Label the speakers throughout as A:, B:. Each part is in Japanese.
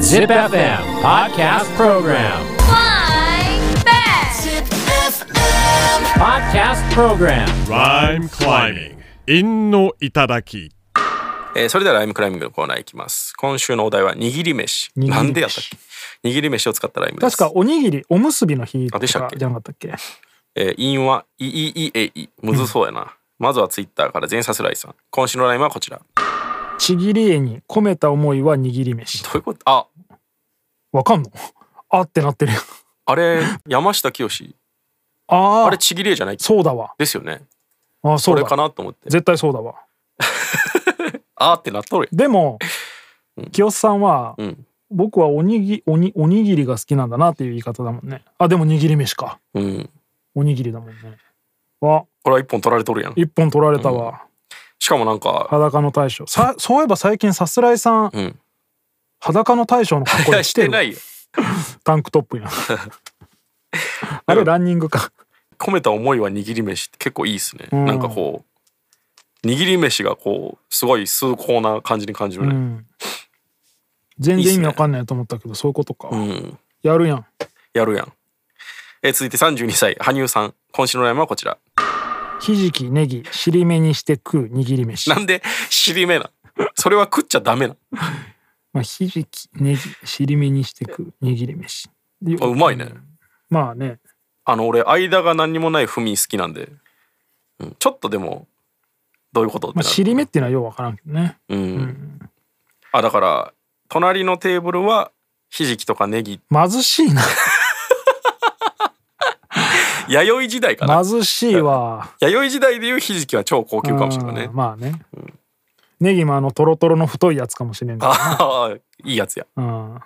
A: Zip FM Podcast Program.
B: Flying back.
A: Podcast Program.
C: Rhyme climbing. 陰の頂き。
D: えーそれではライムクライミングのコーナーいきます今週のお題は握り飯
E: り飯
D: なんでやったっけ握り飯を使ったライムで
E: 確
D: す
E: かおにぎりおむすびの日
D: あ
E: と
D: でしたっ
E: か
D: け
E: じゃなかったっけ
D: えー、因はいいいいえいむずそうやな、まずはツイッターから全サスライさん今週のライムはこちらど
E: ちぎり絵に込めた思いは握り飯
D: ういうことあ
E: わかんのあってなってるよ
D: あ れ山下清
E: あ
D: あ
E: あ
D: れちぎり絵じゃない
E: そうだわ
D: ですよね
E: あーそ
D: こ
E: う
D: れ
E: だ
D: かなと思って
E: 絶対そうだわ
D: あーってなっとる
E: でも清須さんは
D: やんうん
E: 僕はおにぎおにおにぎりが好きなんだなっていう言い方だもんねあでも握り飯か
D: うん
E: おにぎりだもんねわ
D: これは一本取られとるやん
E: 一本取られたわ、
D: しかもなんか
E: 裸の大将さそういえば最近さすらいさん
D: うん
E: 裸の大将の格
D: い
E: 好
D: や
E: で
D: し
E: してて
D: な
E: る
D: いよ
E: タンクト ップやんあれランニングか
D: 込めた思いは握り飯って結構いいですね、
E: うん
D: なんかこう握り飯がこうすごい崇高な感じに感じる
E: う
D: ね、
E: ん全然意味わかんないと思ったけどそういうことか、
D: うん
E: やるやん
D: やるやん。えー続いて32歳、羽生さん。今週のライムはこちら。
E: ひじきネギ尻目にして食う握り飯
D: なんで、尻目なんそれは食っちゃダメなん
E: まあ、ひじきネギ尻目にして食う握り飯
D: あうまいね。
E: まあね
D: あの、俺、間が何にもない不眠好きなんで、うん、ちょっとでも、どういうことって
E: まあ
D: なる
E: 尻目っていうのはようわからんけどね
D: うん。あ、だから、隣のテーブルは、ひじきとかネギ、
E: 貧し いな
D: 弥生時代かな。
E: 貧しいわ
D: 弥生時代でいうひじきは超高級かもしれないね
E: うん。まあね、ネギもあのトロトロの太いやつかもしれんけど
D: ああ、 いいやつや。
E: うん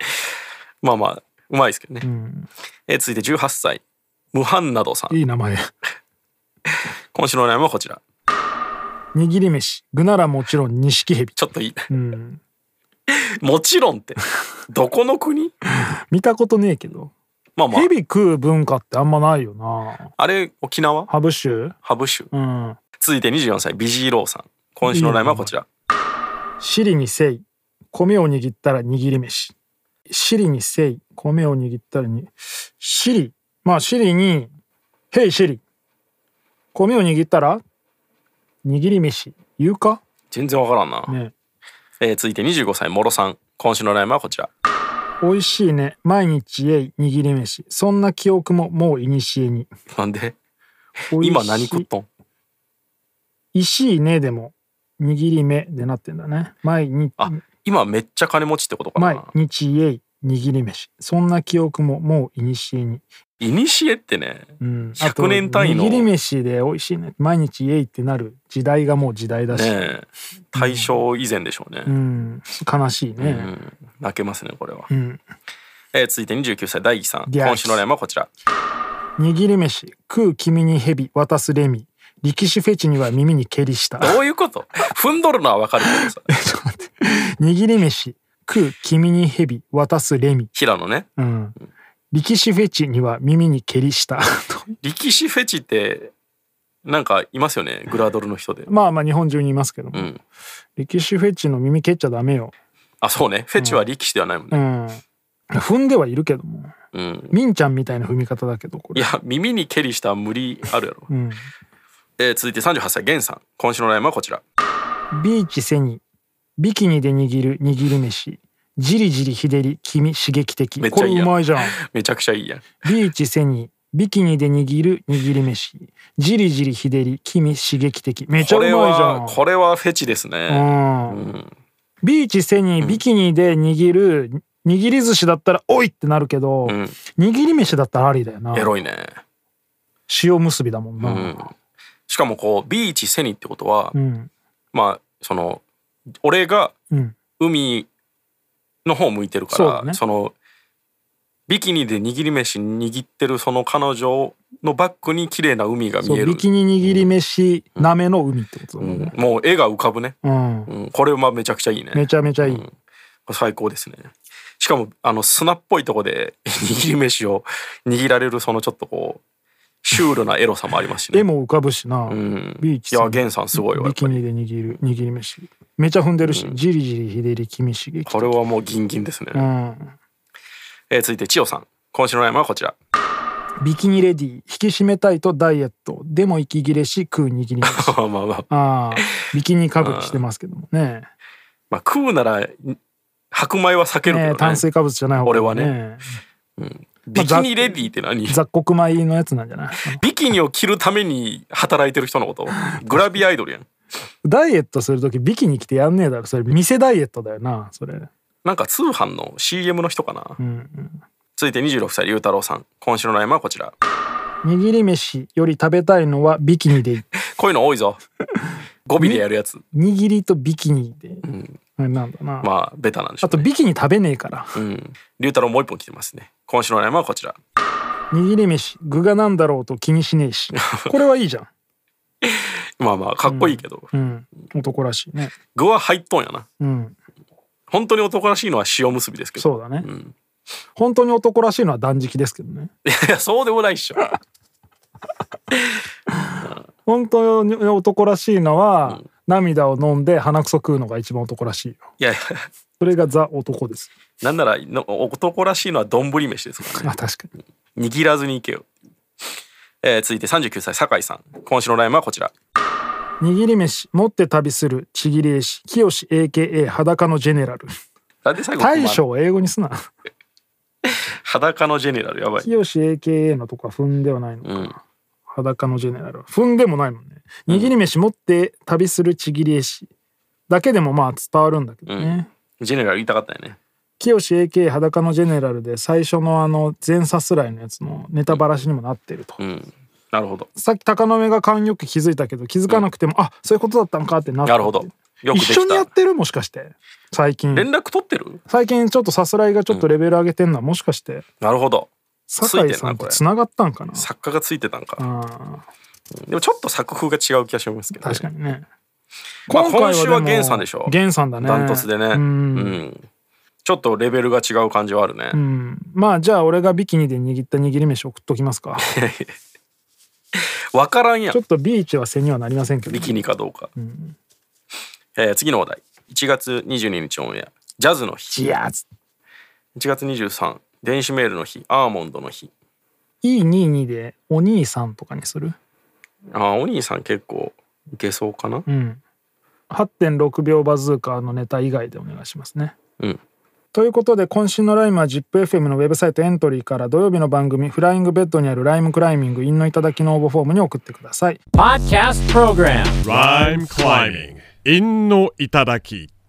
D: まあまあ、うまいですけどね。
E: うん
D: えー続いて18歳、無飯などさん。
E: いい名前
D: 今週のライムはこちら。
E: 握り飯具ならもちろん錦蛇
D: ちょっといい。
E: うん
D: もちろんって。どこの国
E: 見たことねえけど
D: まあまあ、
E: 蛇食う文化ってあんまないよな
D: あれ、沖縄
E: ハブ酒
D: ハブ州。
E: うん
D: 続いて24歳、ビジーローさん。今週のライムはこちら。
E: 尻にせい米を握ったら握り飯尻にせい米を握ったらに尻まあ尻に「へい尻米を握ったら握り飯」言うか
D: 全然わからんな。
E: ね
D: えー続いて25歳、モロさん。今週のライムはこちら。
E: 美味しいね毎日えい握り飯そんな記憶ももういにしえに
D: なんで、
E: 美味しい
D: 今何食っとん
E: いしいねでも握り目でなってんだね毎日
D: あ今めっちゃ金持ちってことか
E: 毎
D: な。
E: 日えい握り飯そんな記憶ももういにしえに
D: いにしえってね、
E: うん、
D: 100年単位の
E: あと握り飯で美味しいね毎日イエイってなる時代がもう時代だし、
D: ねえ大正以前でしょうね
E: う。ん、悲しいうね、
D: ん泣けますね、これは。
E: うん
D: えー続いて29歳、大輝さん。
E: いや
D: 今週のライムはこちら。
E: 握り飯食う君に蛇渡すレミ力士フェチには耳に蹴りした ちょっ
D: どういうこと踏んどるのはわかるけどさ。
E: と待って握り飯食う君に蛇渡すレミ、
D: 平野ね。
E: うん、力士フェチには耳に蹴りした
D: 力士フェチってなんかいますよねグラドルの人で
E: まあまあ日本中にいますけども、
D: うん
E: 力士フェチの耳蹴っちゃダメよ、
D: あそうねフェチは力士ではないもん
E: う
D: ね
E: ん、踏んではいるけども
D: うん、
E: みんちゃんみたいな踏み方だけどこ
D: い
E: れ
D: や耳に蹴りしたら無理あるやろ、
E: うん
D: えー続いて38歳ゲンさん今週のラインはこちら
E: ビーチセニビキニで握る握り飯じりじりひでり君刺激的
D: めっち
E: こ
D: ゃ
E: れ
D: いいや
E: うんまいじゃん
D: めちゃくちゃいいやん
E: ビーチセニビキニで握る握り飯じりじりひでり君刺激的めちゃ
D: こ
E: うまい
D: れ
E: じ
D: は
E: ゃ
D: これはフェチですね、
E: ん、
D: う
E: うん、
D: ん、
E: ビーチセニビキニで握る握り寿司だったらおいってなるけど、
D: うん
E: 握り飯だったらありだよな
D: エロいね
E: 塩結びだもん
D: う
E: な、
D: んしかもこうビーチセニってことは、
E: うん
D: まあその俺が
E: うん
D: 海の方向いてるか
E: そう
D: ら
E: だ
D: そ,、
E: ね
D: のビキニで握り飯握ってるその彼女のバックに綺麗な海が見
E: そ
D: え
E: う
D: る
E: ビキニ握り飯、なめの海ってことだ
D: う
E: もん
D: ん
E: ね、
D: もう絵が浮かぶね、
E: うん
D: うん、これはめちゃくちゃいいね
E: めちゃめちゃいい、
D: うん最高ですねし かもあの砂っぽいとこで握り飯を握られるそのちょっとこうシュールなエロさもあります しね
E: 絵も浮かぶしな、
D: うん
E: ビーチ
D: いやゲンさんすごいわや
E: ビ
D: っぱ
E: キ
D: り
E: ニで握る握り飯めちゃ踏んでるし、じりじりひでり君刺激
D: これはもうギンギンですね、
E: うん
D: えー続いて千代さん今週の悩みはこちら
E: ビキニレディ引き締めたいとダイエットでも息切れし食う握り 飯
D: まあまあまあ
E: ああビキニかぶりしてますけどもね
D: まあ食うならん白米は避けるけど
E: ね
D: ね
E: 炭水化物じゃない方が、ね、
D: 俺はねビキニレディって何
E: 雑穀米のやつなんじゃない
D: ビキニを着るために働いてる人のことグラビアアイドルやん
E: ダイエットする時ビキニ着てやんねえだろそれ店ダイエットだよなそれ
D: なんか通販の CM の人かな、続いて26歳龍太郎さん今週の悩みはこちら
E: 握り飯より食べたいのはビキニ でいい
D: こういうの多いぞ語尾でやるやつ
E: 握りとビキニで、あれなんだな、
D: まあベタなんでしょ
E: あ
D: う、
E: と
D: ね、
E: ビキニ食べねえから
D: うん龍太郎もう一本来てますね今週の悩みはこちら
E: 握り飯具がなんだろうと気にしねえ しこれはいいじゃん、
D: まあまあかっこいいけど、
E: うん、男らしいね
D: 具は入っとんやな
E: うん
D: 本当に男らしいのは塩結びですけど
E: そうだね、本当に男らしいのは断食ですけどね
D: いやそうでもないっ しょ
E: 本当に男らしいのは、涙を飲んで鼻くそ食うのが一番男らしいよ
D: いやいや
E: それがザ男です
D: なんならの男らしいのは丼飯です からね
E: あ 確かに
D: 握らずにいけよ、えー続いて39歳酒井さん今週のラインはこちら
E: 握り飯持って旅するちぎり絵師清 AKA 裸のジェネ ラル
D: なんで最後
E: 大将を英語にすな
D: 裸のジェネラルやばい
E: 清 AKA のとこは踏んではないのかな、
D: うん
E: 裸のジェネラルは踏んでもないもんね握り飯持って旅するちぎり絵師だけでもまあ伝わるんだけどね、
D: ジェネラル言いたかったよね
E: 清 AK 裸のジェネラルで最初のあの前さすらいのやつのネタばらしにもなってると、
D: うんなるほど
E: さっき高野目が勘よく気づいたけど気づかなくても、あそういうことだったのかってなった
D: なるほどよくでき
E: 一
D: た
E: 緒にやってるもしかして最近
D: 連絡取ってる
E: 最近ちょっとさすらいがちょっとレベル上げてんのはもしかして
D: なるほど
E: 酒井さんとつながったんかな
D: 作家がついてたんか
E: あ
D: でもちょっと作風が違う気がしますけど、ね、
E: 確かにね、
D: まあ今週は
E: でも
D: 源さんでしょ
E: 源さんだね
D: ダントツでねう、
E: うんん、
D: ちょっとレベルが違う感じはあるね、
E: うんまあじゃあ俺がビキニで握った握り飯送っときま すか
D: わからんやん
E: ちょっとビーチは背にはなりませんけど
D: ビキニかどうか、えー次のお題1月22日オンエアジャズの日
E: いやつ
D: 1月23電子メールの日アーモンドの日
E: E22 でお兄さんとかにする
D: あーお兄さん結構いけそうかな
E: うん8.6秒バズーカのネタ以外でお願いしますね
D: うん
E: ということで今週のライムは ZIPFM のウェブサイトエントリーから土曜日の番組「フライングベッド」にある「ライムクライミング」「インの頂き」の応募フォームに送ってください
A: Podcast Program
C: Rhyme climbing. 陰の頂き。